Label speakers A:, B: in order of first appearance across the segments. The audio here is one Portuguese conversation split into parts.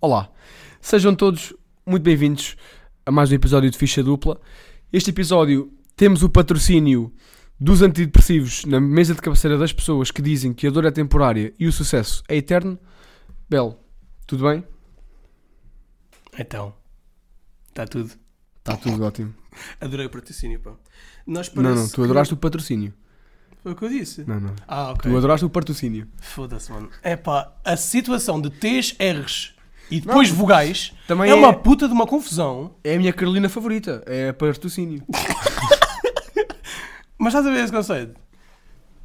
A: Olá, sejam todos muito bem-vindos a mais um episódio de Ficha Dupla. Este episódio temos o patrocínio dos antidepressivos na mesa de cabeceira das pessoas que dizem que a dor é temporária e o sucesso é eterno. Belo, tudo bem?
B: Então, está tudo.
A: Está Tá tudo ótimo.
B: Adorei o patrocínio, pá. Nós
A: Não,
B: parece
A: não, tu
B: que-
A: adoraste o patrocínio.
B: Foi o que eu disse.
A: Não, não.
B: Ah,
A: Tu
B: ok.
A: adoraste o patrocínio.
B: Foda-se, mano. É pá, a situação de T's, R's e depois vogais
A: Também
B: é
A: é-
B: uma puta de uma confusão.
A: É a minha Carolina favorita, é a patrocínio.
B: Mas estás a ver esse conceito?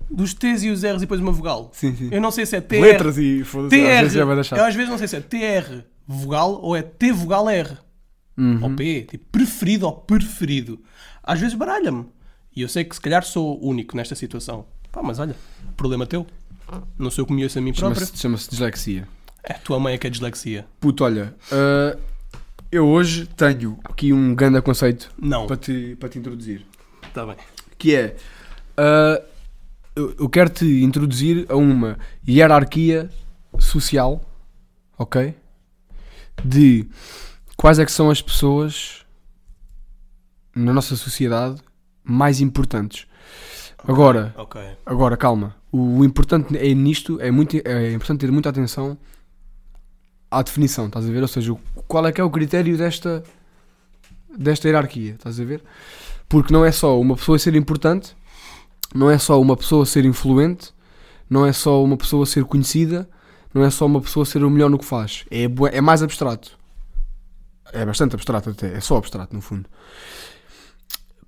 B: Dos T's e os R's e depois uma vogal.
A: Sim, sim.
B: Eu não sei se é TR.
A: Letras e foda-se, às vezes
B: TR.
A: já vai deixar.
B: Eu às vezes não sei se é TR vogal ou é T vogal R.
A: Uhum.
B: Ou P. Tipo, preferido ou preferido. Às vezes baralha-me. E eu sei que se calhar sou o único nesta situação. Pá, mas olha, problema teu. Não sou eu que me ouço a mim próprio.
A: Chama-se chama-se dislexia.
B: É, tua mãe é que é dislexia.
A: Puto, olha, ah, eu hoje tenho aqui um grande conceito
B: Não.
A: para te, para te introduzir.
B: Está bem.
A: Que é. ah, eu, eu quero te introduzir a uma hierarquia social, ok? De quais é que são as pessoas na nossa sociedade mais importantes. Agora,
B: Ok.
A: Agora, calma. O importante é nisto, é, muito, é importante ter muita atenção à definição, estás a ver? Ou seja, o- qual é que é o critério desta, desta hierarquia, estás a ver? Porque não é só uma pessoa ser importante, não é só uma pessoa ser influente, não é só uma pessoa ser conhecida, não é só uma pessoa ser o melhor no que faz. É, bué- é mais abstrato. É bastante abstrato até, é só abstrato no fundo.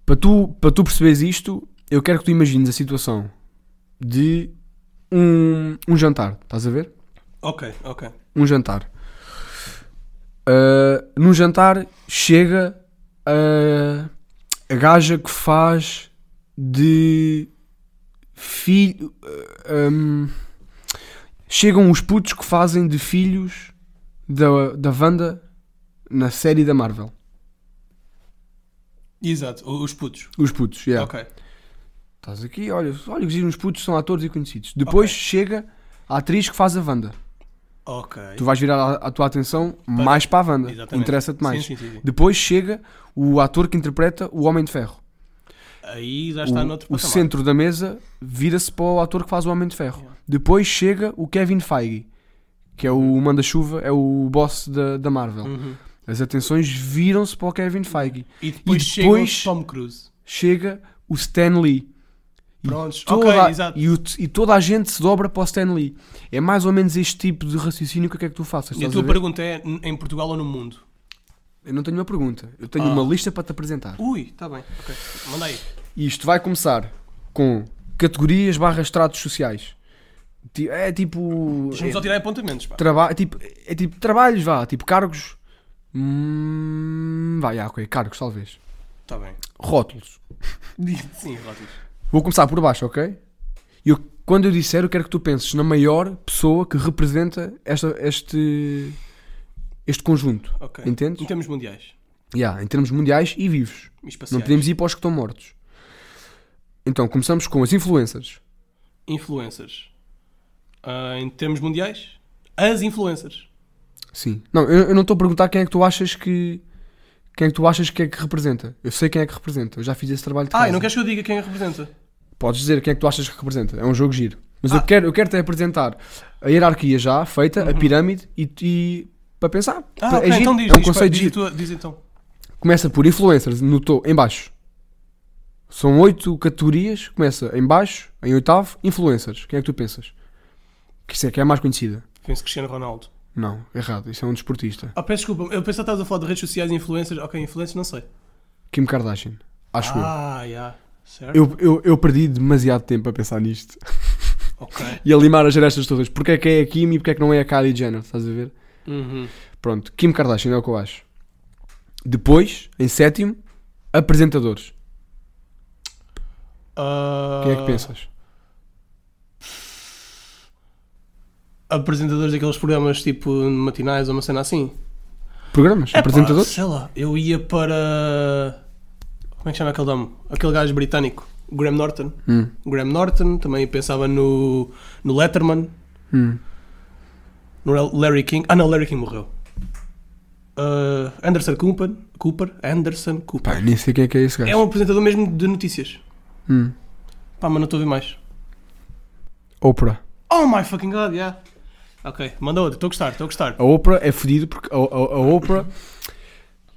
A: Para tu, para tu perceberes isto, eu quero que tu imagines a situação de um, um jantar, estás a ver?
B: Ok, ok.
A: Um jantar. Ah, num jantar chega ah, a gaja que faz de filho. ah, hum, chegam os putos que fazem de filhos da, da Wanda na série da Marvel.
B: Exato. o- Os putos.
A: Os putos, yeah.
B: Ok.
A: Estás aqui, olha, olha que giro, os putos são atores e conhecidos. Depois
B: Ok.
A: chega a atriz que faz a Wanda.
B: Ok.
A: Tu vais virar a, a tua atenção mais para a Wanda.
B: Exatamente.
A: Interessa-te mais.
B: Sim, sim, sim. sim.
A: Depois chega o ator que interpreta o Homem de Ferro.
B: Aí já está no outro
A: O, o
B: patamar.
A: centro da mesa vira-se para o ator que faz o Homem de Ferro.
B: Yeah.
A: Depois chega o Kevin Feige, que é o manda-chuva, é o boss da, da Marvel.
B: Uhum.
A: As atenções viram-se para o Kevin Feige.
B: E depois,
A: E
B: chega o
A: depois-
B: Tom Cruise.
A: Chega o Stan Lee.
B: Prontos.
A: Toda
B: ok,
A: a-
B: exato.
A: e, o- e toda a gente se dobra para o Stan Lee. É mais ou menos este tipo de raciocínio que eu quero que tu faças.
B: E a
A: estás
B: tua
A: a ver?
B: pergunta é n- em Portugal ou no mundo?
A: Eu não tenho uma pergunta. Eu tenho
B: Ah.
A: uma lista para te apresentar.
B: Ui, está bem. Ok. Manda aí.
A: E isto vai começar com categorias barra estratos sociais. Ti- É tipo.
B: Deixa-me só
A: É,
B: tirar apontamentos, pá.
A: traba é, tipo, é tipo trabalhos, vá. Tipo cargos. Hum, vá, já, ok. Cargos, talvez.
B: Está Tá bem.
A: Rótulos.
B: Sim, Rótulos.
A: Vou começar por baixo, ok? E eu- quando eu disser, eu quero que tu penses na maior pessoa que representa esta, este. este conjunto.
B: Ok.
A: Entendes?
B: Em termos mundiais.
A: Já, em termos mundiais e vivos.
B: E
A: Não
B: espaciais.
A: podemos ir para os que estão mortos. Então, começamos com as influencers.
B: Influencers. Ah, em termos mundiais, as influencers.
A: Sim. Não, eu, eu não estou a perguntar quem é que tu achas que. Quem é que tu achas que é que representa? Eu sei quem é que representa. Eu já fiz esse trabalho de
B: Ah,
A: casa.
B: e não queres que eu diga quem a representa?
A: Podes dizer quem é que tu achas que representa. É um jogo giro. Mas eu
B: Ah. Uhum.
A: quero eu quero te apresentar a hierarquia já feita, a pirâmide e, e para pensar.
B: Ah, ok,
A: é, giro.
B: então diz,
A: é um
B: diz,
A: conceito
B: diz,
A: giro.
B: tu- diz então.
A: Começa por influencers no to, em baixo. São oito categorias. Começa em baixo, em oitavo, influencers. Quem é que tu pensas? Que isso é que é a mais conhecida.
B: Penso Cristiano Ronaldo.
A: Não, errado. Isso é um desportista.
B: Ah, peço desculpa, eu pensava que estavas a falar de redes sociais e influencers. Ok, influencers não sei.
A: Kim Kardashian. Acho
B: Ah, já. Certo?
A: eu. Eu, eu. eu perdi demasiado tempo a pensar nisto.
B: Ok.
A: E a limar as arestas todas. Porque é que é a Kim e porque é que não é a Kylie Jenner? Estás a ver?
B: Uhum.
A: Pronto. Kim Kardashian é o que eu acho. Depois, em sétimo, apresentadores.
B: Ah,
A: Quem é que pensas?
B: Apresentadores daqueles programas tipo matinais ou uma cena assim.
A: Programas?
B: Epá,
A: apresentadores?
B: Sei lá, eu ia para. Como é que chama aquele nome? Aquele gajo britânico, Graham Norton.
A: Hum,
B: Graham Norton, também pensava no, no Letterman,
A: hum.
B: no Larry King. Ah não, Larry King morreu. uh, Anderson Cooper, Cooper, Anderson Cooper.
A: Pá, nem sei quem é que é esse gajo.
B: É um apresentador mesmo de notícias.
A: Hum.
B: Pá, mas não estou a ver mais.
A: Oprah.
B: Oh my fucking god, yeah. Ok, manda outro. Estou a gostar, estou a gostar.
A: A Oprah é fodido porque a, a, a Oprah.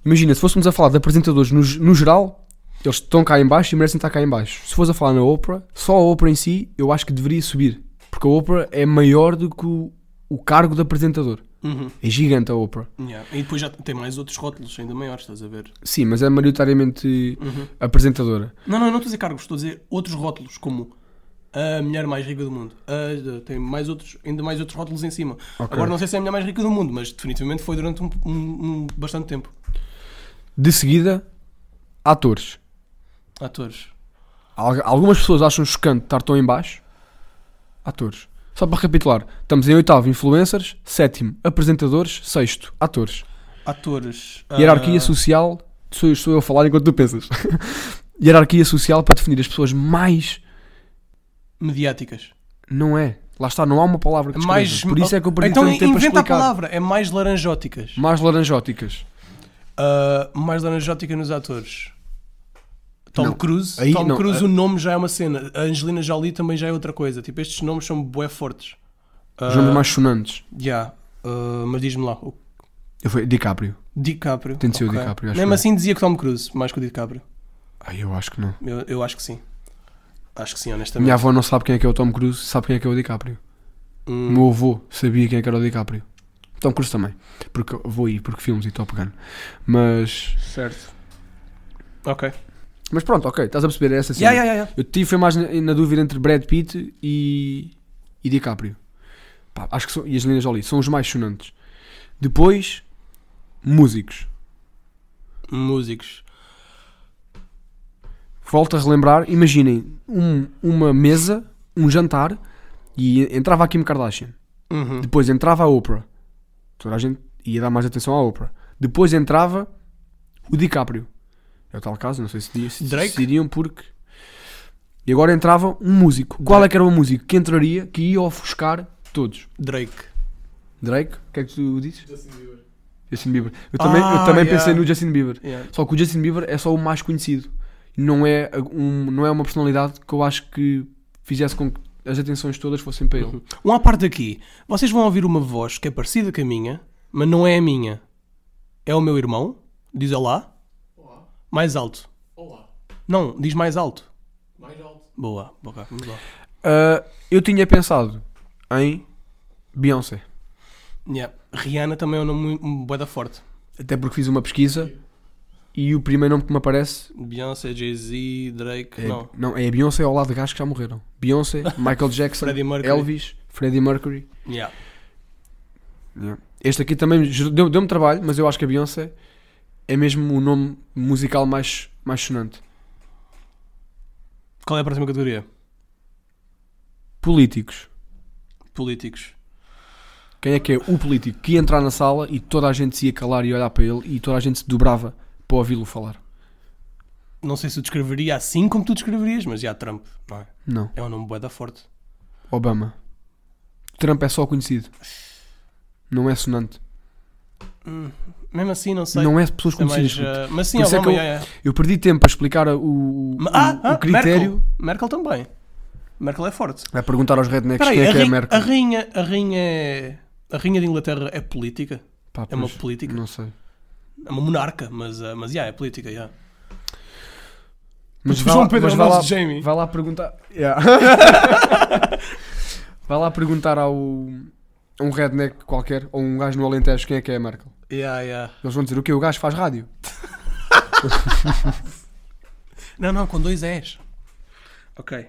A: Imagina, se fôssemos a falar de apresentadores no, no geral, eles estão cá em baixo e merecem estar cá em baixo. Se fores a falar na Oprah, só a Oprah em si, eu acho que deveria subir. Porque a Oprah é maior do que o, o cargo de apresentador.
B: Uhum.
A: É gigante a Oprah.
B: Yeah. E depois já tem mais outros rótulos ainda maiores, estás a ver?
A: Sim, mas é maioritariamente apresentadora.
B: Não, não, não estou a dizer cargos, estou a dizer outros rótulos, como a mulher mais rica do mundo. A- tem mais outros, ainda mais outros rótulos em cima.
A: Ok.
B: Agora não sei se é a mulher mais rica do mundo, mas definitivamente foi durante um, um- um bastante tempo.
A: De seguida, atores.
B: Atores.
A: Al- Algumas pessoas acham chocante estar tão em baixo. Atores. Só para recapitular, estamos em oitavo, influencers, sétimo, apresentadores, sexto, atores.
B: Atores.
A: Hierarquia
B: ah,
A: social, sou, sou eu a falar enquanto tu pensas. Hierarquia social para definir as pessoas mais.
B: mediáticas.
A: Não é. Lá está, não há uma palavra que
B: Mais...
A: descreja. Por isso é que eu perdi
B: Então
A: tanto tempo a
B: inventa a
A: explicar.
B: palavra. É mais laranjóticas.
A: Mais laranjóticas.
B: Ah, mais laranjótica nos atores. Tom
A: Não.
B: Cruise.
A: Aí
B: Tom
A: não,
B: Cruise,
A: ah.
B: o nome já é uma cena. A Angelina Jolie também já é outra coisa. Tipo, estes nomes são bué fortes.
A: Os
B: Ah,
A: nomes mais sonantes.
B: yeah. Ah, mas diz-me lá, o
A: Eu fui DiCaprio.
B: DiCaprio.
A: Tem de ser o
B: Ok.
A: DiCaprio, acho é.
B: Mesmo
A: eu.
B: assim dizia que Tom Cruise, mais que o DiCaprio.
A: Ai, eu acho que não.
B: Eu, eu acho que sim. Acho que sim, honestamente.
A: Minha avó não sabe quem é que é o Tom Cruise, sabe quem é que é o DiCaprio. O
B: Hum,
A: meu avô sabia quem é que era o DiCaprio. Tom Cruise também. Porque eu vou ir, porque filmes e Top Gun. Mas.
B: certo. Ok.
A: Mas pronto, ok, estás a perceber É essa cena.
B: Yeah, yeah, yeah, yeah.
A: Eu tive foi mais na, na dúvida entre Brad Pitt e, e DiCaprio. Pá, acho que são, e as Angelina Jolie são os mais sonantes. Depois, músicos.
B: Músicos.
A: Volto a relembrar, imaginem um- uma mesa, um jantar e entrava a Kim Kardashian.
B: Uhum.
A: Depois entrava a Oprah. Toda a gente ia dar mais atenção à Oprah. Depois entrava o DiCaprio. É o tal caso, não sei se, di- se
B: Drake?
A: se diriam porque. E agora entrava um músico. Qual é que era o músico que entraria que ia ofuscar todos?
B: Drake.
A: Drake? O que é que tu dizes? Justin Bieber. Eu também, eu
B: Ah,
A: também
B: yeah.
A: pensei no Justin Bieber.
B: Yeah.
A: Só que o Justin Bieber é só o mais conhecido. Não é, a- um- não é uma personalidade que eu acho que fizesse com que as atenções todas fossem para ele.
B: Um à parte aqui. Vocês vão ouvir uma voz que é parecida com a minha, mas não é a minha. É o meu irmão. Diz olá. Olá. Mais alto. Olá. Não, diz mais alto. Mais alto. Boa, boa. Vamos lá.
A: Ah, eu tinha pensado em Beyoncé.
B: Yeah. Rihanna também é um nome muito bué da forte.
A: Até porque fiz uma pesquisa e o primeiro nome que me aparece
B: Beyoncé, Jay-Z, Drake.
A: é,
B: Não.
A: não. é a Beyoncé ao lado de gajos que já morreram. Beyoncé, Michael Jackson,
B: Freddie Mercury.
A: Elvis, Freddie Mercury. né?
B: Yeah.
A: Este aqui também ger- deu- deu-me trabalho, mas eu acho que a Beyoncé é mesmo o nome musical mais, mais sonante.
B: Qual é a próxima categoria?
A: Políticos.
B: Políticos.
A: Quem é que é o político que ia entrar na sala e toda a gente se ia calar e olhar para ele e toda a gente se dobrava para ouvi-lo falar?
B: Não sei se o descreveria assim como tu descreverias, mas já Trump, não é?
A: Não.
B: É um nome bué da forte.
A: Obama. Trump é só conhecido. Não é sonante.
B: Hum, Mesmo assim, não sei.
A: Não é pessoas
B: É mais,
A: conhecidas.
B: ah, mas sim,
A: Por isso é
B: Obama,
A: que eu-
B: yeah, yeah.
A: Eu perdi tempo para explicar o, o-
B: Ma- ah,
A: o
B: ah,
A: critério.
B: Merkel. Merkel também. Merkel é forte.
A: A perguntar aos rednecks
B: Espera aí,
A: quem é
B: a,
A: que é a
B: rai-
A: Merkel.
B: a rainha, a rainha é... A rainha de Inglaterra é política?
A: Pá,
B: É uma
A: pois,
B: política?
A: Não sei.
B: É uma monarca, mas, ah, mas yeah, é política, yeah.
A: Mas
B: João
A: vai lá,
B: Pedro
A: mas
B: é o
A: vai lá,
B: nosso Jamie.
A: vai lá perguntar. Yeah. vai lá perguntar ao a um redneck qualquer ou um gajo no Alentejo quem é que é a Merkel.
B: Yeah, yeah.
A: Eles vão dizer o quê? O gajo faz rádio.
B: Não, não, com dois S. Ok.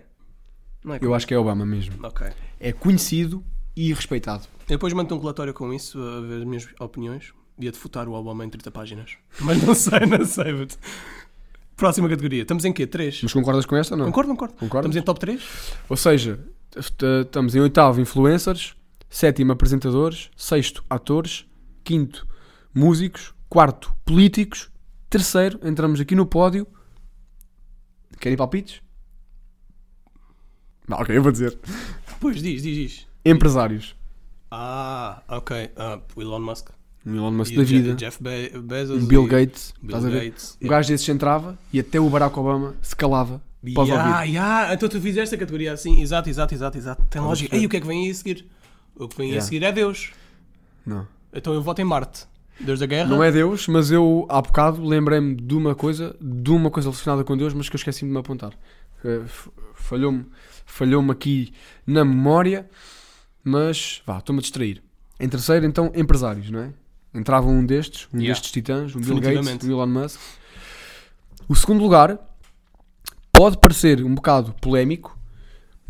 B: Não é com-
A: Eu acho que é Obama mesmo.
B: Ok.
A: É conhecido e respeitado.
B: Eu depois mando um relatório com isso, a ver as minhas opiniões. Ia defutar o Obama em 30 páginas. Mas não sei, não sei. But... Próxima categoria. Estamos em quê? 3?
A: Mas concordas com esta ou não?
B: Concordo, concordo.
A: Concordas?
B: Estamos em top 3?
A: Ou seja, est- estamos em oitavo influencers, sétimo apresentadores, sexto atores, quinto músicos, quarto políticos, terceiro entramos aqui no pódio. Querem palpites? Não, ok, eu vou dizer.
B: Pois, diz, diz, diz.
A: Empresários.
B: Ah, ok. Ah, o Elon Musk.
A: Um Elon Musk
B: E
A: da
B: o Je-
A: vida.
B: Jeff Be- Bezos.
A: Um Bill
B: e-
A: Gates.
B: Bill
A: estás a ver?
B: Gates.
A: Um gajo desses entrava e até o Barack Obama se calava para os
B: Yeah,
A: ouvir.
B: yeah. Então tu fizeste a categoria assim, exato, exato, exato, exato. Tem
A: a
B: lógica.
A: perceber?
B: Ei, o que é que vem aí a seguir? O que vem aí
A: Yeah.
B: a seguir é Deus.
A: Não.
B: Então eu voto em Marte. Deus da guerra.
A: Não é Deus, mas eu há bocado lembrei-me de uma coisa, de uma coisa relacionada com Deus, mas que eu esqueci de me apontar. Eh, f- Falhou-me falhou aqui na memória, mas vá, estou-me a distrair. Em terceiro, então, empresários, não é? Entrava um destes, um
B: Yeah.
A: destes titãs, um Bill Gates,
B: Definitivamente.
A: um Elon Musk. O segundo lugar pode parecer um bocado polémico,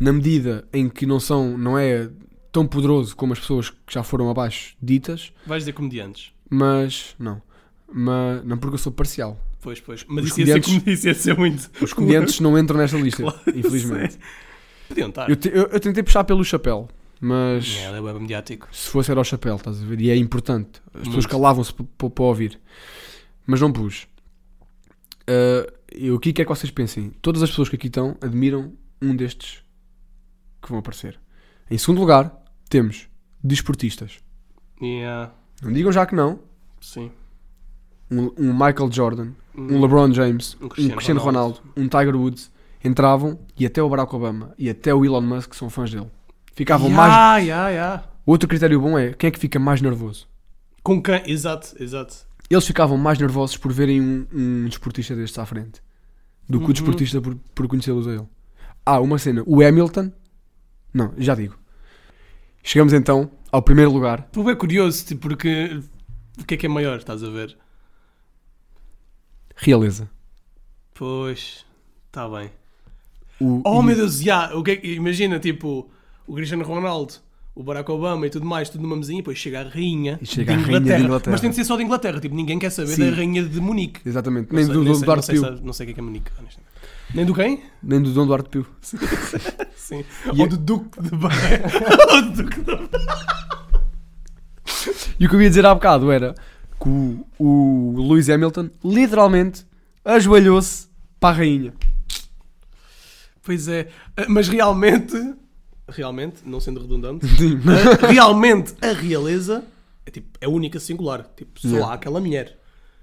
A: na medida em que não são, não é tão poderoso como as pessoas que já foram abaixo ditas,
B: Vais dizer comediantes.
A: mas não. Mas não porque eu sou parcial.
B: Pois, pois. Mas
A: Os
B: isso ia, ser,
A: comediantes-
B: com- isso ia ser muito.
A: Os comediantes não entram nesta lista, infelizmente.
B: Podiam estar.
A: Eu, te- eu- eu tentei puxar pelo chapéu, mas
B: É, ele é web mediático.
A: se fosse era o chapéu, estás a ver? E é importante. As pessoas
B: Muito.
A: calavam-se p- p- para ouvir. Mas não pus. Ah, eu aqui quero que vocês pensem. Todas as pessoas que aqui estão admiram um destes que vão aparecer. Em segundo lugar, temos desportistas.
B: Yeah,
A: Não digam já que não.
B: sim.
A: Um, um Michael Jordan, um
B: Hum,
A: LeBron James, um
B: Um
A: Cristiano,
B: Cristiano
A: Ronaldo. um Tiger Woods entravam e até o Barack Obama e até o Elon Musk são fãs dele. Ficavam mais.
B: yeah, yeah, yeah.
A: Outro critério bom é quem é que fica mais nervoso.
B: Com quem? Exato, exato.
A: Eles ficavam mais nervosos por verem um, um desportista destes à frente do que o
B: Uhum.
A: desportista por, por conhecê-los a ele. Há uma cena, o Hamilton. Não, já digo. Chegamos então ao primeiro lugar.
B: Tu é curioso, tipo, porque o que é que é maior, estás a ver?
A: Realeza.
B: Pois, está bem.
A: O,
B: Oh
A: e-
B: meu Deus, yeah, o que é que- imagina, tipo, o Cristiano Ronaldo, o Barack Obama e tudo mais, tudo numa mesinha, e depois chega a rainha,
A: E chega a rainha de Inglaterra.
B: Mas tem de ser só de Inglaterra, tipo, ninguém quer saber
A: Sim.
B: da rainha de Munique.
A: Exatamente.
B: Não
A: Nem
B: sei-
A: do
B: nem
A: Dom
B: sei- não
A: Duarte
B: sei,
A: Pio.
B: se- não sei o que é que é Munique, honestamente. Nem do quem?
A: Nem do Dom Duarte Pio.
B: Sim.
A: E é-
B: Ou
A: eu-
B: do Duque de Bahia. Ou do Duque de
A: E o que eu ia dizer há bocado era que o, o Lewis Hamilton literalmente ajoelhou-se para a rainha.
B: Pois é, ah, mas realmente, realmente, não sendo redundante,
A: Sim.
B: ah, realmente a realeza é tipo, é única, singular. Tipo, só
A: Yeah.
B: há aquela mulher.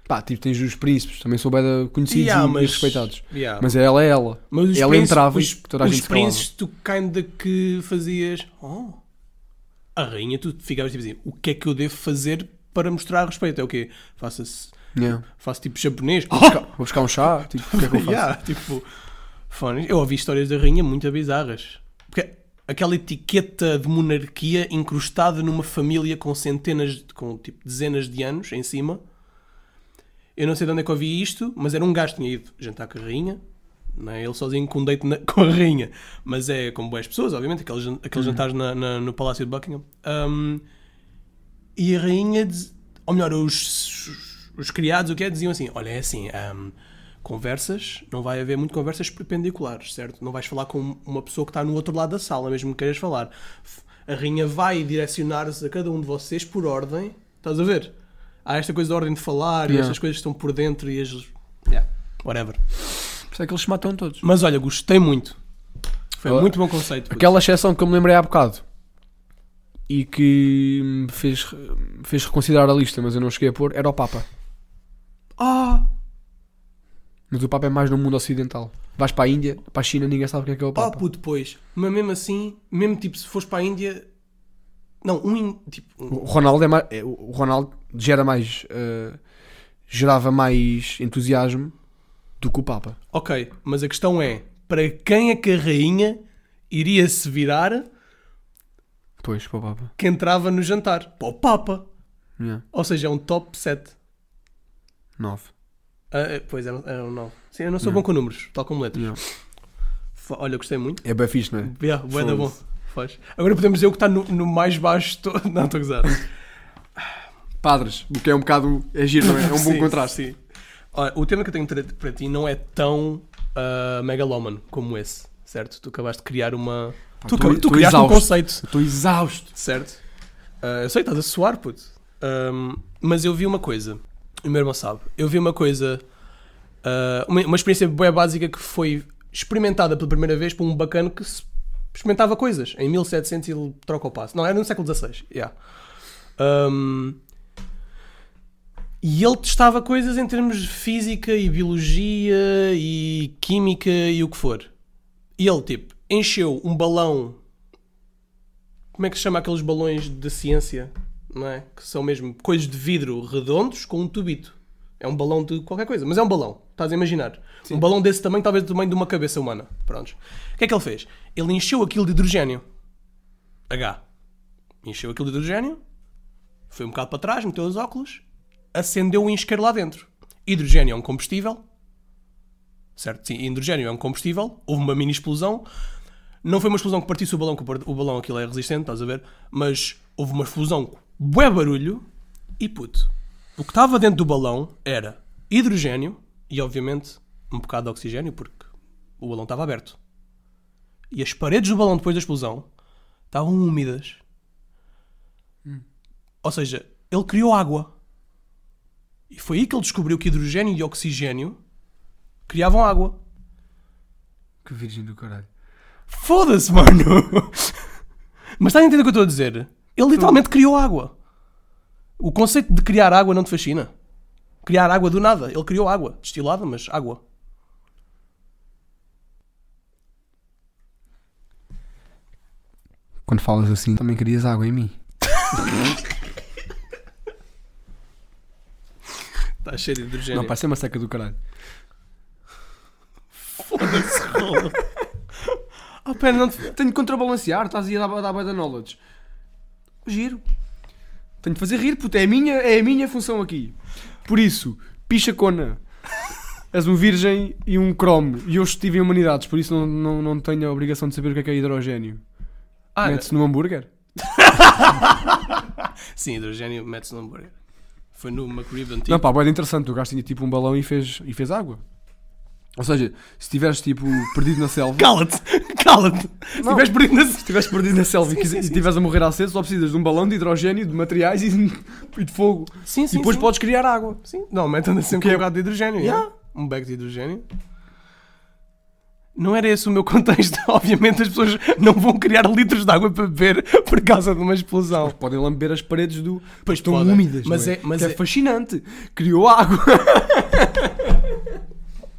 A: Pá, tipo, tens os príncipes, também são bem da- conhecidos
B: Yeah,
A: e- e,
B: mas-
A: respeitados.
B: yeah,
A: Mas ela é ela.
B: mas os
A: ela
B: príncipes-
A: entrava
B: os,
A: e toda a
B: os
A: gente se calava.
B: príncipes, tu kinda que fazias, oh, a rainha, tu ficavas tipo assim, o que é que eu devo fazer para mostrar respeito? É o quê? Faça-se,
A: Yeah.
B: faço tipo japonês.
A: Busca- Vou buscar um chá, tipo, o que é que eu faço?
B: Yeah, tipo, fones. Eu ouvi histórias da rainha muito bizarras. Porque aquela etiqueta de monarquia incrustada numa família com centenas, com tipo dezenas de anos em cima. Eu não sei de onde é que ouvi isto, mas era um gajo que tinha ido jantar com a rainha. Não é ele sozinho com um date na- com a rainha. Mas é com boas pessoas, obviamente, aqueles, jan- aqueles
A: Uhum.
B: jantares na- na- no Palácio de Buckingham. Um, Ahm, e a rainha, diz- ou melhor, os, os criados, o que é, diziam assim: Olha, é assim, ahm, conversas, não vai haver muito conversas perpendiculares, certo? Não vais falar com uma pessoa que está no outro lado da sala, mesmo que queiras falar. F- A rainha vai direcionar-se a cada um de vocês por ordem, estás a ver? Há esta coisa da ordem de falar e
A: Yeah.
B: estas coisas que estão por dentro e as. Yeah, whatever.
A: Por isso é que eles se matam todos.
B: Mas olha, gostei muito. Foi
A: Ah,
B: um muito bom conceito. puto.
A: Aquela exceção que eu me lembrei há bocado e que me fez, re- me fez reconsiderar a lista, mas eu não cheguei a pôr, era o Papa.
B: Ah!
A: Mas o Papa é mais no mundo ocidental. Vais para a Índia, para a China, ninguém sabe quem é que é o
B: Oh,
A: Papa.
B: puto, pois. Mas mesmo assim, mesmo tipo, se fores para a Índia. Não, um. in- Tipo, um-
A: O Ronaldo, é mais, é, o Ronaldo gera mais. eh, gerava mais entusiasmo do que o Papa.
B: Ok, mas a questão é: para quem é que a rainha iria se virar
A: Pois, para o Papa.
B: que entrava no jantar? Para o Papa.
A: Yeah.
B: Ou seja, é um top 7.
A: Nove.
B: Ah, ah, pois, era, era um 9. Sim, eu não sou bom com números, tal como letras.
A: Yeah.
B: F- Olha, gostei muito.
A: É bem fixe, não é?
B: Yeah, bué da bom.
A: Foda-se.
B: Faz. Agora podemos dizer o que está no, no mais baixo. de todo. Não, estou a gozar.
A: Padres, o que é um bocado. É giro, não é? É um bom
B: Sim,
A: contraste.
B: Sim. Olha, o tema que eu tenho tra- para ti não é tão ah, megaloman como esse, certo? Tu acabaste de criar uma. tu
A: tô-
B: acaba- tu
A: tô
B: criaste um
A: exausto.
B: conceito,
A: Estou exausto.
B: certo? Ah, eu sei, estás a suar, puto. Ahm, mas eu vi uma coisa, o meu irmão sabe, eu vi uma coisa, ah, uma, uma experiência bem básica que foi experimentada pela primeira vez por um bacano que se- experimentava coisas em 1700 e ele troca o passo. Não, era no século XVI, yeah. Ahm, E ele testava coisas em termos de física e biologia e química e o que for. E ele, tipo, encheu um balão. Como é que se chama aqueles balões de ciência? Não é? Que são mesmo coisas de vidro redondos com um tubito. É um balão de qualquer coisa, mas é um balão. Estás a imaginar?
A: Sim.
B: Um balão desse tamanho, talvez do tamanho de uma cabeça humana. Prontos. O que é que ele fez? Ele encheu aquilo de hidrogênio. H. Encheu aquilo de hidrogênio, foi um bocado para trás, meteu os óculos, acendeu um isqueiro lá dentro. Hidrogênio é um combustível, certo? Sim, hidrogênio é um combustível. Houve uma mini explosão. Não foi uma explosão que partisse o balão, que o par- o balão aquilo é resistente, estás a ver? Mas houve uma explosão com bué barulho e puto. O que estava dentro do balão era hidrogênio e, obviamente, um bocado de oxigênio, porque o balão estava aberto. E as paredes do balão depois da explosão estavam úmidas. Ou seja, ele criou água. E foi aí que ele descobriu que hidrogênio e oxigênio criavam água.
A: Que virgem do caralho.
B: Foda-se, mano! Mas estás a entender o que eu estou a dizer? Ele literalmente criou água. O conceito de criar água não te fascina? Criar água do nada. Ele criou água. Destilada, mas água.
A: Quando falas assim, também querias água em mim.
B: Está Tá cheio de hidrogênio.
A: Não, parece uma seca do caralho.
B: Foda-se, rola. Ah, pera, não te...
A: Tenho de contrabalancear, estás aí a dar, a dar bué da knowledge. Giro. Tenho de fazer rir, puto, é a minha, é a minha função aqui. Por isso, picha cona. És um virgem e um cromo. E eu estive em humanidades, por isso não, não, não tenho a obrigação de saber o que é que é hidrogênio.
B: Ah,
A: Mete-se num hambúrguer?
B: Sim, hidrogênio mete-se no hambúrguer. Foi no tipo. McRib antigo.
A: Não, pá, bué de interessante. O gajo tinha tipo um balão e fez, e fez água. Ou seja, se estiveres tipo perdido na selva.
B: Cala-te! Cala-te! Se
A: Não.
B: tiveres perdido
A: Se estiveres perdido na selva e quiser- e estiveres a morrer à sede, só precisas de um balão de hidrogênio, de materiais e de, um- e de fogo.
B: Sim,
A: e depois podes criar água.
B: Sim. Não, mete-me sempre
A: O
B: um
A: quê?
B: bocado de hidrogênio.
A: Yeah.
B: yeah. Um bag de hidrogênio. Não era esse o meu contexto. Obviamente as pessoas não vão criar litros de água para beber por causa de uma explosão.
A: Podem lamber as paredes do.
B: Pois
A: estão
B: podem.
A: úmidas.
B: Mas
A: não
B: é- mas
A: Que
B: é-
A: fascinante. Criou água.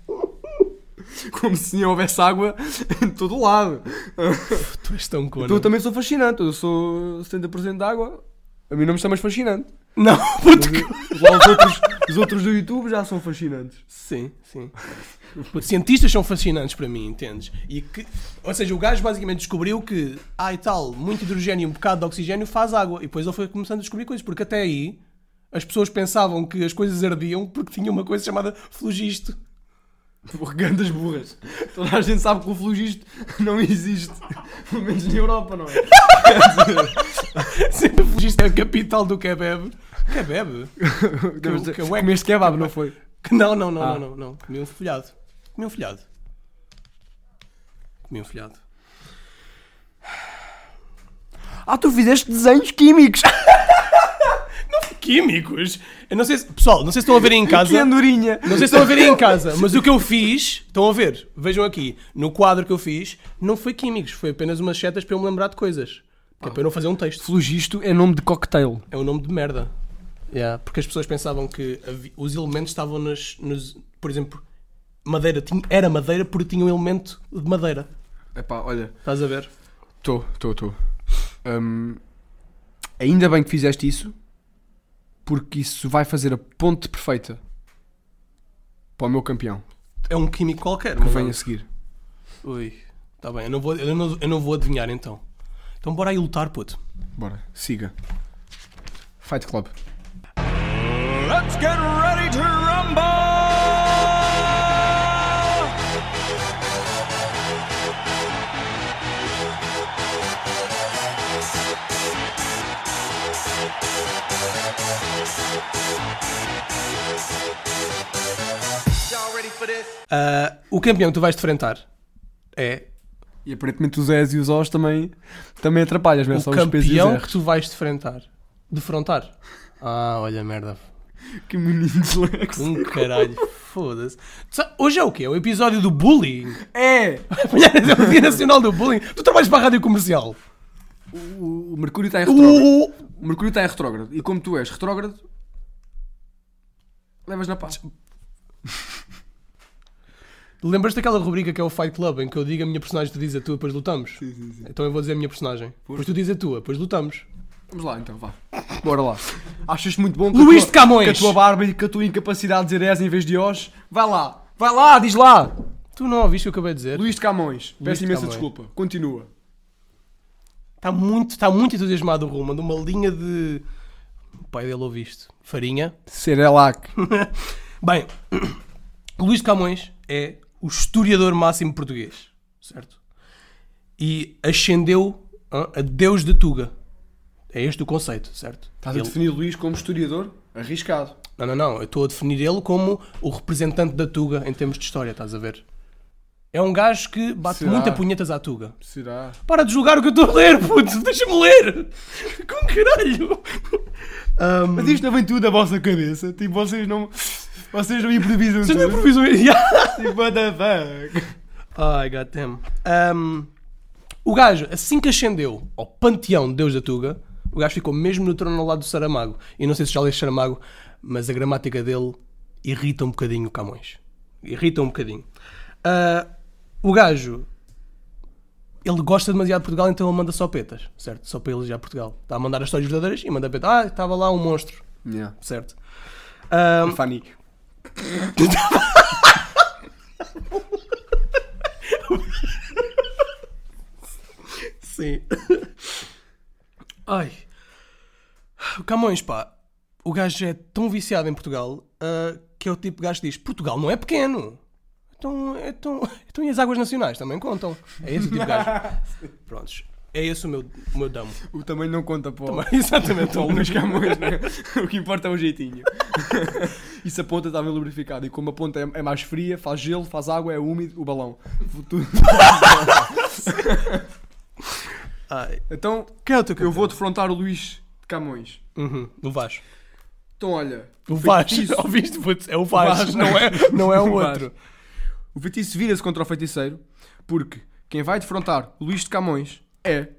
A: Como se não houvesse água em todo o lado.
B: Tu és tão cona.
A: Então eu também sou fascinante. Eu sou 70% de água. A mim não me chamas fascinante.
B: Não, puto.
A: Já os outros, os outros do YouTube já são fascinantes.
B: Sim, sim. Os cientistas são fascinantes para mim, entendes? E que, ou seja, o gajo basicamente descobriu que, ah e tal, muito hidrogênio e um bocado de oxigênio faz água. E depois ele foi começando a descobrir coisas, porque até aí as pessoas pensavam que as coisas ardiam porque tinha uma coisa chamada flogisto.
A: Regando as burras. Toda a gente sabe que o flogisto não existe. Pelo menos na Europa, não é?
B: Sempre flogisto é a capital do kebab. Kebab?
A: Deves dizer,
B: que é-
A: Comeste kebab, não foi?
B: Que Não, não, não,
A: Ah.
B: não, não, não. Comi um folhado. Comi um folhado. Comi um folhado.
A: Ah, tu fizeste desenhos químicos.
B: Químicos? é Eu não sei se... Pessoal, não sei se estão a ver aí em
A: Que
B: casa.
A: andorinha.
B: Não sei se estão a ver aí em casa, mas o que eu fiz, estão a ver, vejam aqui, no quadro que eu fiz, não foi químicos, foi apenas umas setas para eu me lembrar de coisas. Que é para eu não fazer um texto.
A: Flogisto é nome de cocktail.
B: É um nome de merda. Yeah, porque as pessoas pensavam que havi- os elementos estavam nas, nos. Por exemplo, madeira tinha- era madeira porque tinha um elemento de madeira.
A: Epá, olha.
B: Estás a ver?
A: Estou, estou, estou. Hum, ainda bem que fizeste isso. Porque isso vai fazer a ponte perfeita para o meu campeão.
B: É um químico qualquer.
A: Que
B: mas
A: vem
B: não-
A: a seguir.
B: Ui, tá bem, eu não, vou, eu, não, eu não vou adivinhar então. Então bora aí lutar, puto.
A: Bora, siga. Fight Club.
C: Let's get ready to rumble!
B: Ah, o campeão que tu vais te enfrentar é
A: E aparentemente os Zés e os Os também, também atrapalhas, não é?
B: o
A: Só os P's e
B: campeão
A: os
B: que
A: Rs.
B: tu vais te enfrentar. Defrontar. Ah, olha, merda.
A: Que menino de
B: Um caralho, foda-se. Tu sa- Hoje é o quê? É o episódio do bullying.
A: É!
B: Amanhã é o Dia Nacional do Bullying. Tu trabalhas para a rádio comercial.
A: O, o Mercúrio está em retrógrado.
B: Uh,
A: O Mercúrio está em retrógrado. E como tu és retrógrado, Levas na pá.
B: Lembras daquela rubrica que é o Fight Club, em que eu digo a minha personagem, tu dizes a tua, depois lutamos?
A: Sim, sim, sim.
B: Então eu vou dizer a minha personagem. Depois tu dizes a tua, depois lutamos.
A: Vamos lá então, vá. Bora lá. Achas muito bom que a
B: Luís
A: tua-
B: de Camões!
A: que a tua barba e que a tua incapacidade de dizer és em vez de os? Vai lá, vai lá, diz lá!
B: Tu não ouviste o que eu acabei de dizer?
A: Luís de Camões,
B: Luís
A: peço
B: de
A: imensa
B: Camões.
A: desculpa. Continua.
B: Está Tá muito, está muito entusiasmado o Rui, mandou uma linha de. O pai dele ouve isto. Farinha.
A: Serelac.
B: Bem, Luís de Camões é o historiador máximo português, certo? E ascendeu hã, a Deus de Tuga. É este o conceito, certo?
A: Estás a
B: Ele-
A: definir Luís como historiador? Arriscado.
B: Não, não, não. Eu estou a definir ele como o representante da Tuga em termos de história, estás a ver? É um gajo que bate
A: Será?
B: muita punhetas à Tuga.
A: Será?
B: Para de julgar o que eu estou a ler, puto! Deixa-me ler! Com caralho! Ahm,
A: Mas isto não vem tudo da vossa cabeça. Tipo, vocês não. Vocês não é improvisam
B: Você não é
A: tudo.
B: improvisou isso?
A: Tipo, what the fuck?
B: Ai, goddamn. Um, o gajo, assim que ascendeu ao panteão de Deus da Tuga, o gajo ficou mesmo no trono ao lado do Saramago. E não sei se já leste Saramago, mas a gramática dele irrita um bocadinho o Camões. Irrita um bocadinho. Ah, o gajo, ele gosta demasiado de Portugal, então ele manda só petas, certo? Só para elogiar Portugal. Está a mandar as histórias verdadeiras e manda peta. Ah, estava lá um monstro,
A: Yeah.
B: certo? Ah,
A: Funny.
B: Sim. Ai. O Camões, pá. O gajo é tão viciado em Portugal ah, que é o tipo de gajo que diz: Portugal não é pequeno. Então, então, então e as águas nacionais também contam. É esse o tipo de gajo. Prontos. É esse o meu, o meu damo.
A: O tamanho não conta, pô.
B: Exatamente.
A: Então, Luís Camões, né? O que importa é o jeitinho. e se a ponta está bem lubrificada. E como a ponta é, é mais fria, faz gelo, faz água, é úmido, o balão. Tudo.
B: Ai.
A: Então,
B: Quem é o teu
A: eu vou defrontar o Luís de Camões.
B: Uhum, o Vaz.
A: Então, olha.
B: O Vaz.
A: feitiço-
B: Ouviste? puto? É o Vaz.
A: Vaz.
B: Não, é, não é o
A: O Vaz.
B: outro.
A: O feitiço vira-se contra o feiticeiro, porque quem vai defrontar o Luís de Camões é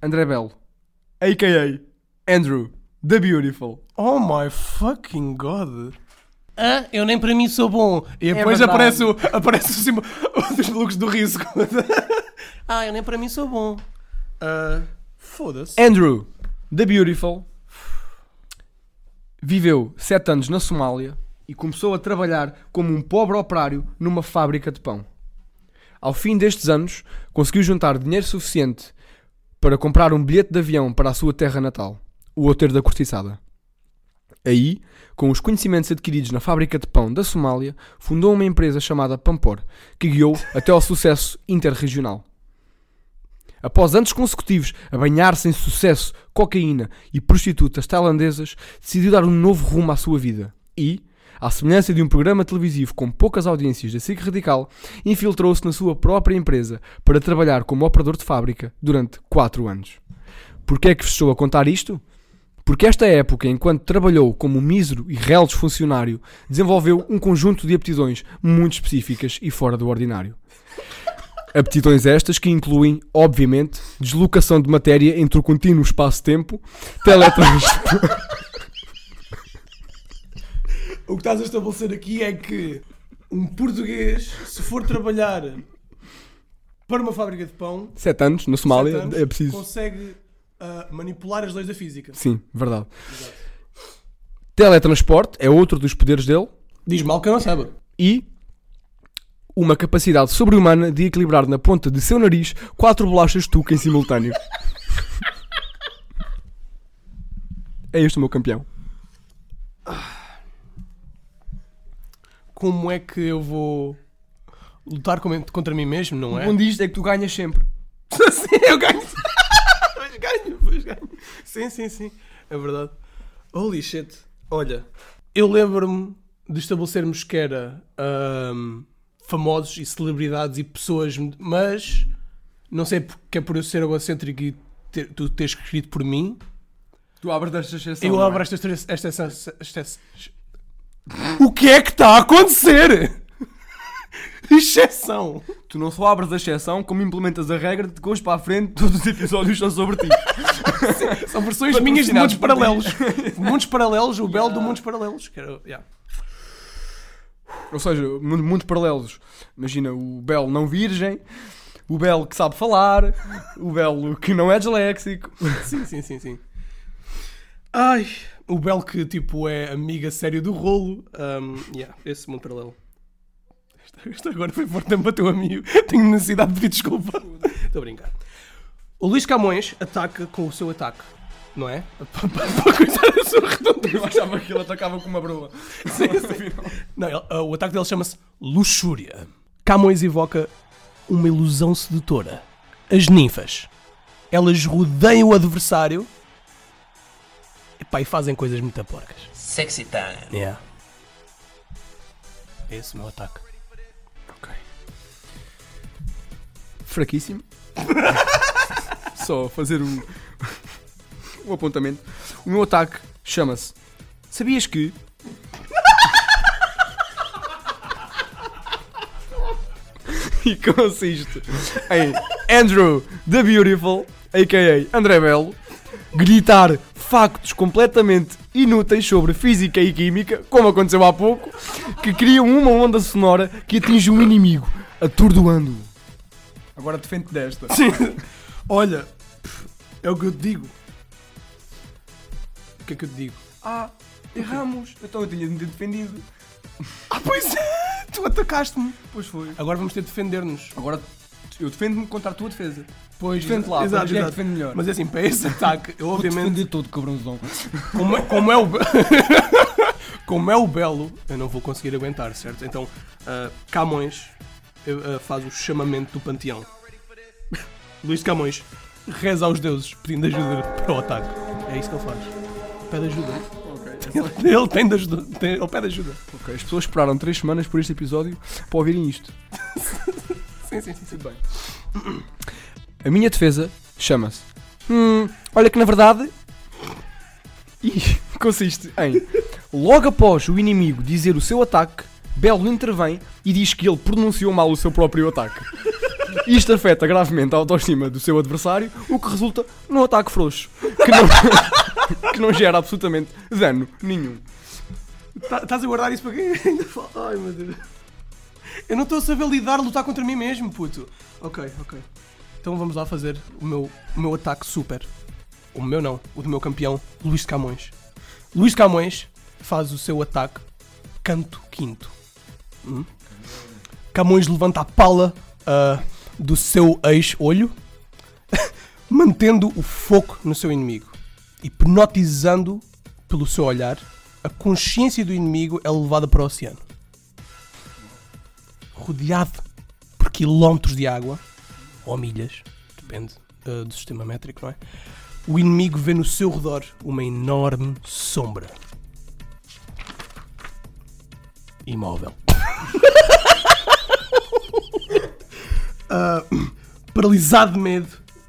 A: André Belo, a.k.a. Andrew, The Beautiful.
B: Oh my fucking god. É Ah, eu nem para mim sou bom. E depois
A: verdade.
B: aparece, o, aparece o símbolo dos looks do riso. ah, eu nem para mim sou bom. Ah, Foda-se.
A: Andrew, The Beautiful, viveu 7 anos na Somália e começou a trabalhar como um pobre operário numa fábrica de pão. Ao fim destes anos, conseguiu juntar dinheiro suficiente para comprar um bilhete de avião para a sua terra natal, o Outeiro da Cortiçada. Aí, com os conhecimentos adquiridos na fábrica de pão da Somália, fundou uma empresa chamada Pampor, que guiou até ao sucesso interregional. Após anos consecutivos a banhar-se em sucesso, cocaína e prostitutas tailandesas, decidiu dar um novo rumo à sua vida e, à semelhança de um programa televisivo com poucas audiências da SIC Radical, infiltrou-se na sua própria empresa para trabalhar como operador de fábrica durante 4 anos. Porquê é que vos estou a contar isto? Porque esta época, enquanto trabalhou como mísero e reles funcionário, desenvolveu um conjunto de aptidões muito específicas e fora do ordinário. Aptidões estas que incluem, obviamente, deslocação de matéria entre o contínuo espaço-tempo, teletransporte.
B: O que estás a estabelecer aqui é que um português, se for trabalhar para uma fábrica de pão,
A: 7 anos, na Somália, é preciso.
B: consegue ah, manipular as leis da física.
A: Sim, verdade. Teletransporte é outro dos poderes dele
B: Diz mal que eu não saiba.
A: e uma capacidade sobre-humana de equilibrar na ponta de seu nariz quatro bolachas tuca em simultâneo. É este o meu campeão.
B: Como é que eu vou lutar com- contra mim mesmo, não é?
A: disto é que tu ganhas sempre.
B: Sim, eu ganho. pois ganho, pois ganho. Sim, sim, sim. É verdade. Holy shit. Olha, eu lembro-me de estabelecermos que era ahm, famosos e celebridades e pessoas, mas não sei porque é por eu ser egocêntrico e ter- tu teres escrito por mim.
A: Tu abres desta exceção.
B: Eu
A: não é?
B: abro esta, esta, esta, esta, esta, O que é que está a acontecer? Exceção!
A: Tu não só abres a exceção, como implementas a regra de que hoje para a frente todos os episódios são sobre ti.
B: São versões minhas de
A: Patrocinados
B: mundos
A: por ti.
B: paralelos. mundos paralelos, o belo do mundos paralelos. Que era- yeah.
A: Ou seja, mu- muitos paralelos. Imagina o Belo não virgem, o Belo que sabe falar, o Belo que não é disléxico.
B: Sim, sim, sim, sim. Ai, o Bel que tipo é amiga sério do rolo. Um, yeah, esse mundo paralelo. Isto- Isto agora foi forte para teu amigo. Tenho necessidade de pedir desculpa. Estou a brincar. O Luís Camões ataca com o seu ataque, não é? Para coisar a sua redondeza.
A: Eu achava que ele atacava com uma broa.
B: Não, ele- ah, o ataque dele chama-se Luxúria. Camões evoca uma ilusão sedutora. As ninfas. Elas rodeiam o adversário epá, e fazem coisas muito porcas.
D: Sexy time.
B: Yeah. É esse o meu ataque.
A: Ok. Fraquíssimo. Só fazer um, um apontamento. O meu ataque chama-se Sabias que. e consiste em Andrew the Beautiful, a.k.a. André Belo, gritar factos completamente inúteis sobre física e química, como aconteceu há pouco, que criam uma onda sonora que atinge um inimigo, atordoando-o. Agora defende desta.
B: Olha, pff, é o que eu te digo. O que é que eu te digo?
A: Ah, erramos. Então eu tinha-me defendido.
B: Ah, pois é! Tu atacaste-me!
A: Pois foi.
B: Agora vamos ter de defender-nos.
A: Agora eu defendo-me contra a tua defesa.
B: Pois,
A: Defende lá, para
B: exato,
A: ver quem é que
B: exato.
A: defende melhor.
B: Mas assim, para esse ataque, eu obviamente.
A: todo, cabrãozão.
B: Como é, como é o Be- Como é o Belo, eu não vou conseguir aguentar, certo? Então, ah, Camões eh, ah, faz o chamamento do panteão. Luís de Camões reza aos deuses pedindo ajuda para o ataque. É isso que ele faz. Pede ajuda. Ele, ele tem de ajuda. Tem, ele pede ajuda.
A: Ok, as pessoas esperaram 3 semanas por este episódio para ouvirem isto.
B: Sim, sim, sim, sim. Bem.
A: A minha defesa chama-se. Hum, olha que na verdade. E consiste em. Logo após o inimigo dizer o seu ataque, Belo intervém e diz que ele pronunciou mal o seu próprio ataque. Isto afeta gravemente a autoestima do seu adversário, o que resulta num ataque frouxo, que não, que não gera absolutamente dano nenhum.
B: Tá- Estás a guardar isso para quem ainda fala? Ai meu Deus. Eu não estou a saber lidar, lutar contra mim mesmo, puto. Ok, ok. Então vamos lá fazer o meu, o meu ataque super. O meu não, o do meu campeão, Luís de Camões. Luís de Camões faz o seu ataque canto quinto. Hum? Camões levanta a pala ah, do seu ex-olho, mantendo o foco no seu inimigo, hipnotizando pelo seu olhar a consciência do inimigo é levada para o oceano. Rodeado por quilómetros de água, ou milhas, depende eh, do sistema métrico, não é? O inimigo vê no seu redor uma enorme sombra. Imóvel. Ah, paralisado de medo,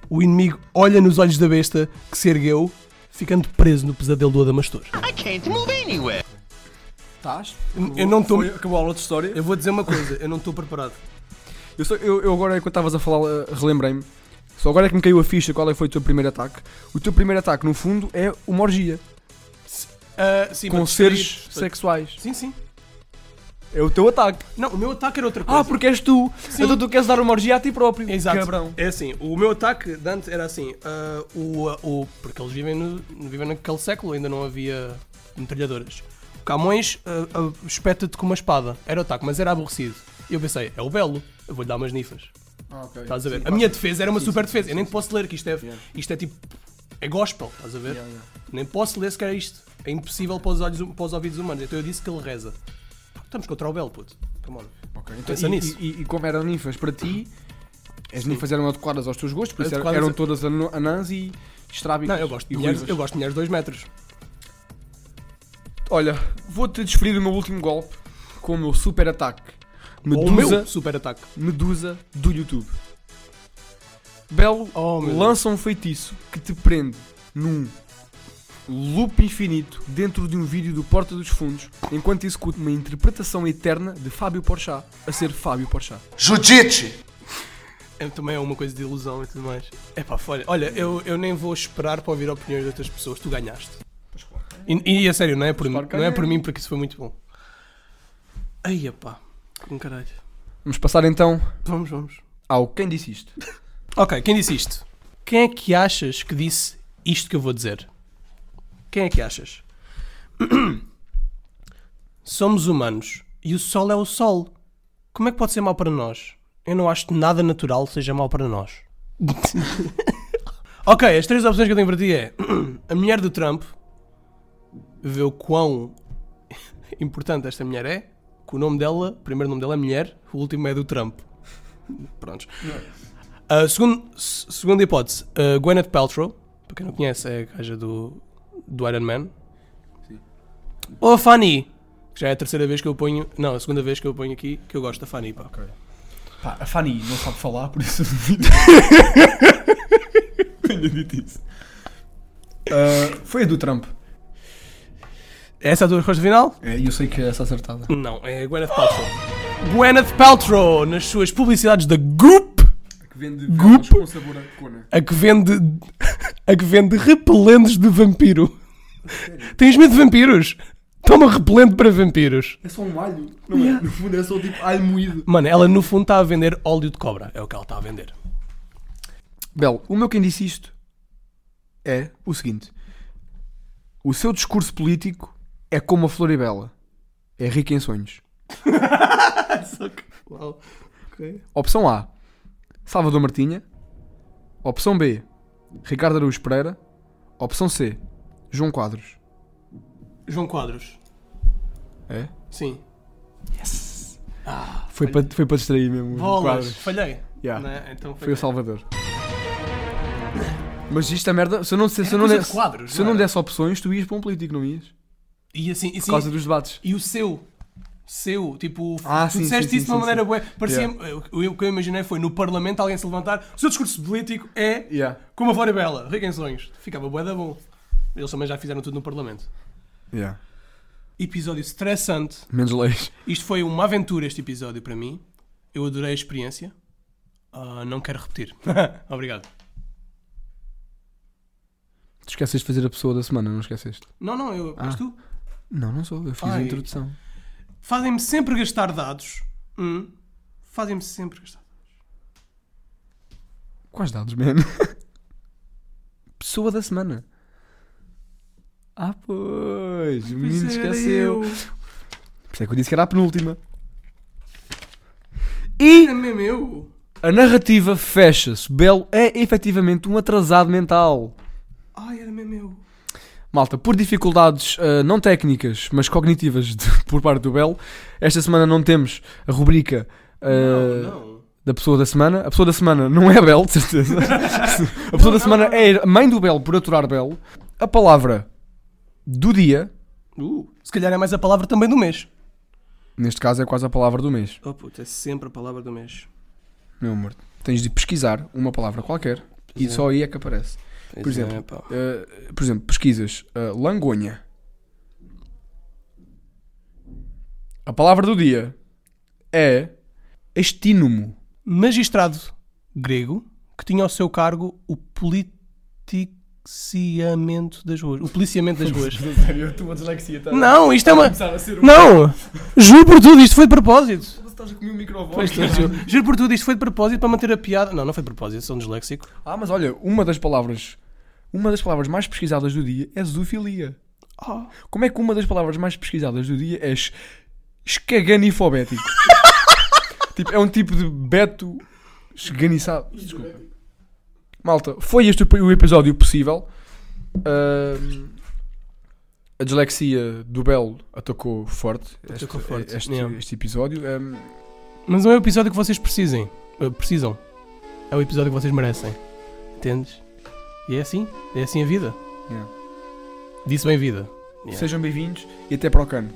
B: o inimigo olha nos olhos da besta que se ergueu, ficando preso no pesadelo do Adamastor.
D: I can't move anywhere.
A: Estás?
B: Eu não estou.
A: Acabou a aula de história.
B: Eu vou dizer uma coisa, eu não estou preparado.
A: Eu, só- eu- eu agora, enquanto estavas a falar, eh, relembrei-me. Só agora é que me caiu a ficha qual é que foi o teu primeiro ataque. O teu primeiro ataque, no fundo, é uma orgia.
B: Ah, sim,
A: com
B: mas
A: seres
B: distraídos,
A: sexuais.
B: Sim, sim.
A: É o teu ataque.
B: Não, o meu ataque era outra coisa.
A: Ah, porque és tu.
B: é. Sim.
A: Então tu queres dar uma orgia a ti próprio.
B: Exato.
A: Cabrão.
B: É assim, o meu ataque de antes era assim, ah, o, o, porque eles vivem, no, vivem naquele século, ainda não havia metralhadoras. O Camões ah, ah, espeta-te com uma espada. Era o ataque, mas era aborrecido. E eu pensei, é o belo, eu vou-lhe dar umas nifas. Estás a ver? a minha defesa era uma super defesa. eu nem posso ler que isto é, isto é tipo. É gospel, estás a ver? Nem posso ler sequer isto. É impossível para os, olhos, para os ouvidos humanos. Então eu disse que ele reza. Estamos contra o Belo, puto. Come on. Pensa
A: então e,
B: nisso.
A: E, e como eram ninfas para ti, as ninfas eram adequadas aos teus gostos, por isso
B: Adequadas
A: eram
B: a-
A: todas anu- anãs e estrábicas.
B: Não, eu gosto de
A: e
B: mulheres,
A: ruivas.
B: eu gosto de mulheres de 2 metros.
A: Olha, vou-te desferir o meu último golpe com o meu super ataque.
B: Ou o meu
A: Medusa,
B: super ataque.
A: Medusa do YouTube. Belo
B: Oh, meu
A: lança um feitiço que te prende num loop infinito dentro de um vídeo do Porta dos Fundos, enquanto executa uma interpretação eterna de Fábio Porchat a ser Fábio Porchat.
B: É, também é uma coisa de ilusão e tudo mais. É pá, olha, olha eu, eu nem vou esperar para ouvir opiniões de outras pessoas. Tu ganhaste. E, e a sério, não é por, mim,
A: claro que
B: não é
A: ganhei.
B: por mim, porque isso foi muito bom. Aí, pá. Com caralho.
A: Vamos passar então
B: Vamos, vamos.
A: ao quem disse isto.
B: Ok, quem disse isto? Quem é que achas que disse isto que eu vou dizer? Quem é que achas? Somos humanos e o sol é o sol. Como é que pode ser mau para nós? Eu não acho que nada natural seja mau para nós. ok, as três opções que eu tenho para ti é a mulher do Trump vê o quão importante esta mulher é, que o nome dela, o primeiro nome dela é mulher, o último é do Trump. Prontos. A segun- se- Ah, segunda hipótese, a Gwyneth Paltrow, para quem não conhece, é a gaja do, do Iron Man. Ou a Fanny, que já é a terceira vez que eu ponho. Não, a segunda vez que eu ponho aqui, que eu gosto da Fanny. Pá.
E: Pá, a Fanny não sabe falar, por isso. Tenho dito isso. Ah, foi a do Trump.
B: Essa é a tua resposta final?
E: É, E eu sei que é essa acertada.
B: Não, é a Gwyneth Paltrow. Gwyneth Paltrow, nas suas publicidades da Goop,
A: Que vende velas com sabor a cona.
B: a que vende. a que vende repelentes de vampiro. Tens medo de vampiros? Toma repelente para vampiros.
A: É só um alho. Não é? No fundo é só tipo alho moído.
B: Mano, ela no fundo está a vender óleo de cobra. É o que ela está a vender.
A: Belo, o meu quem disse isto é o seguinte: o seu discurso político é como a Floribela, é rica em sonhos. Opção A: Salvador Martinha. Opção B: Ricardo Araújo Pereira. Opção C: João Quadros.
B: João Quadros.
A: É?
B: Sim.
A: Foi para foi para distrair mesmo. o
B: Bolas.
A: Quadros.
B: Falhei.
A: Yeah.
B: Né? Então foi
A: Foi o Salvador. Mas isto é merda. Se eu não, se, se eu não
B: coisa de
A: desse,
B: quadros,
A: se eu não
B: não era?
A: desse opções, tu ias para um político, não ias?
B: E assim, e, sim,
A: Por causa dos debates.
B: e o seu? Seu, tipo,
A: Ah,
B: tu
A: sim,
B: disseste
A: sim,
B: isso
A: sim,
B: de uma
A: sim,
B: maneira
A: sim.
B: bué. Parecia, eu- eu- o que eu imaginei foi no Parlamento alguém se levantar, o seu discurso político é
A: Yeah.
B: como a Flora Bela, rica em sonhos. Ficava bué da bom. Eles também já fizeram tudo no Parlamento.
A: Yeah.
B: Episódio estressante.
A: Menos leis.
B: Isto foi uma aventura, este episódio, para mim. Eu adorei a experiência. Ah, não quero repetir. Obrigado.
A: Tu esqueces de fazer a pessoa da semana, não esqueceste?
B: Não, não, eu,
A: Ah.
B: mas tu?
A: Não, não sou. Eu fiz a
B: Ai.
A: introdução.
B: Fazem-me sempre gastar dados. Hum. Fazem-me sempre gastar.
A: Quais dados, mano? pessoa da semana. Ah, pois. O menino
B: Pois era
A: esqueceu.
B: eu.
A: Por isso é que eu disse que era a penúltima.
B: Era mesmo eu.
A: A narrativa fecha-se. Belo é efetivamente um atrasado mental.
B: Ai, era mesmo eu.
A: Malta, por dificuldades ah, não técnicas, mas cognitivas de- por parte do Belo, esta semana não temos a rubrica ah,
B: Não,
A: da pessoa da semana. A pessoa da semana não é a Belo, de certeza. a pessoa da semana é a mãe do Belo por aturar Belo. A palavra do dia,
B: não. Uh, se calhar é mais a palavra também do mês.
A: neste caso é quase a palavra do mês,
B: Oh puta, é sempre a palavra do mês.
A: meu amor. Tens de pesquisar uma palavra qualquer e
B: é.
A: só aí é que aparece.
B: Pois
A: Por exemplo,
B: é, pá.
A: Uh, por exemplo, pesquisas uh, langonha. A palavra do dia é estínumo.
B: magistrado grego que tinha ao seu cargo o politiciamento das ruas. O policiamento das ruas.
E: Eu estou a dislexia, tá?
B: Não, isto é uma.
E: Estava a ser um.
B: Não! Juro por tudo, isto foi de propósito. é
E: Estás a comer um o microfone.
B: Juro- Juro por tudo, isto foi de propósito para manter a piada. Não, não foi de propósito, sou um disléxico.
A: Ah, mas olha, uma das palavras uma das palavras mais pesquisadas do dia é zoofilia.
B: Oh.
A: Como é que uma das palavras mais pesquisadas do dia é es- escaganifobético? tipo, é um tipo de beto esganiçado. Desculpa. Malta, foi este o o episódio possível. Ahm, a dislexia do Belo atacou forte este,
B: Atacou forte,
A: este-
B: yeah.
A: este episódio. Ahm,
B: Mas não é o episódio que vocês precisem. eh, precisam. É o episódio que vocês merecem. Entendes? E é assim. É assim a vida.
A: Yeah.
B: Disse bem vida. Yeah.
A: Sejam bem-vindos e até para o cano.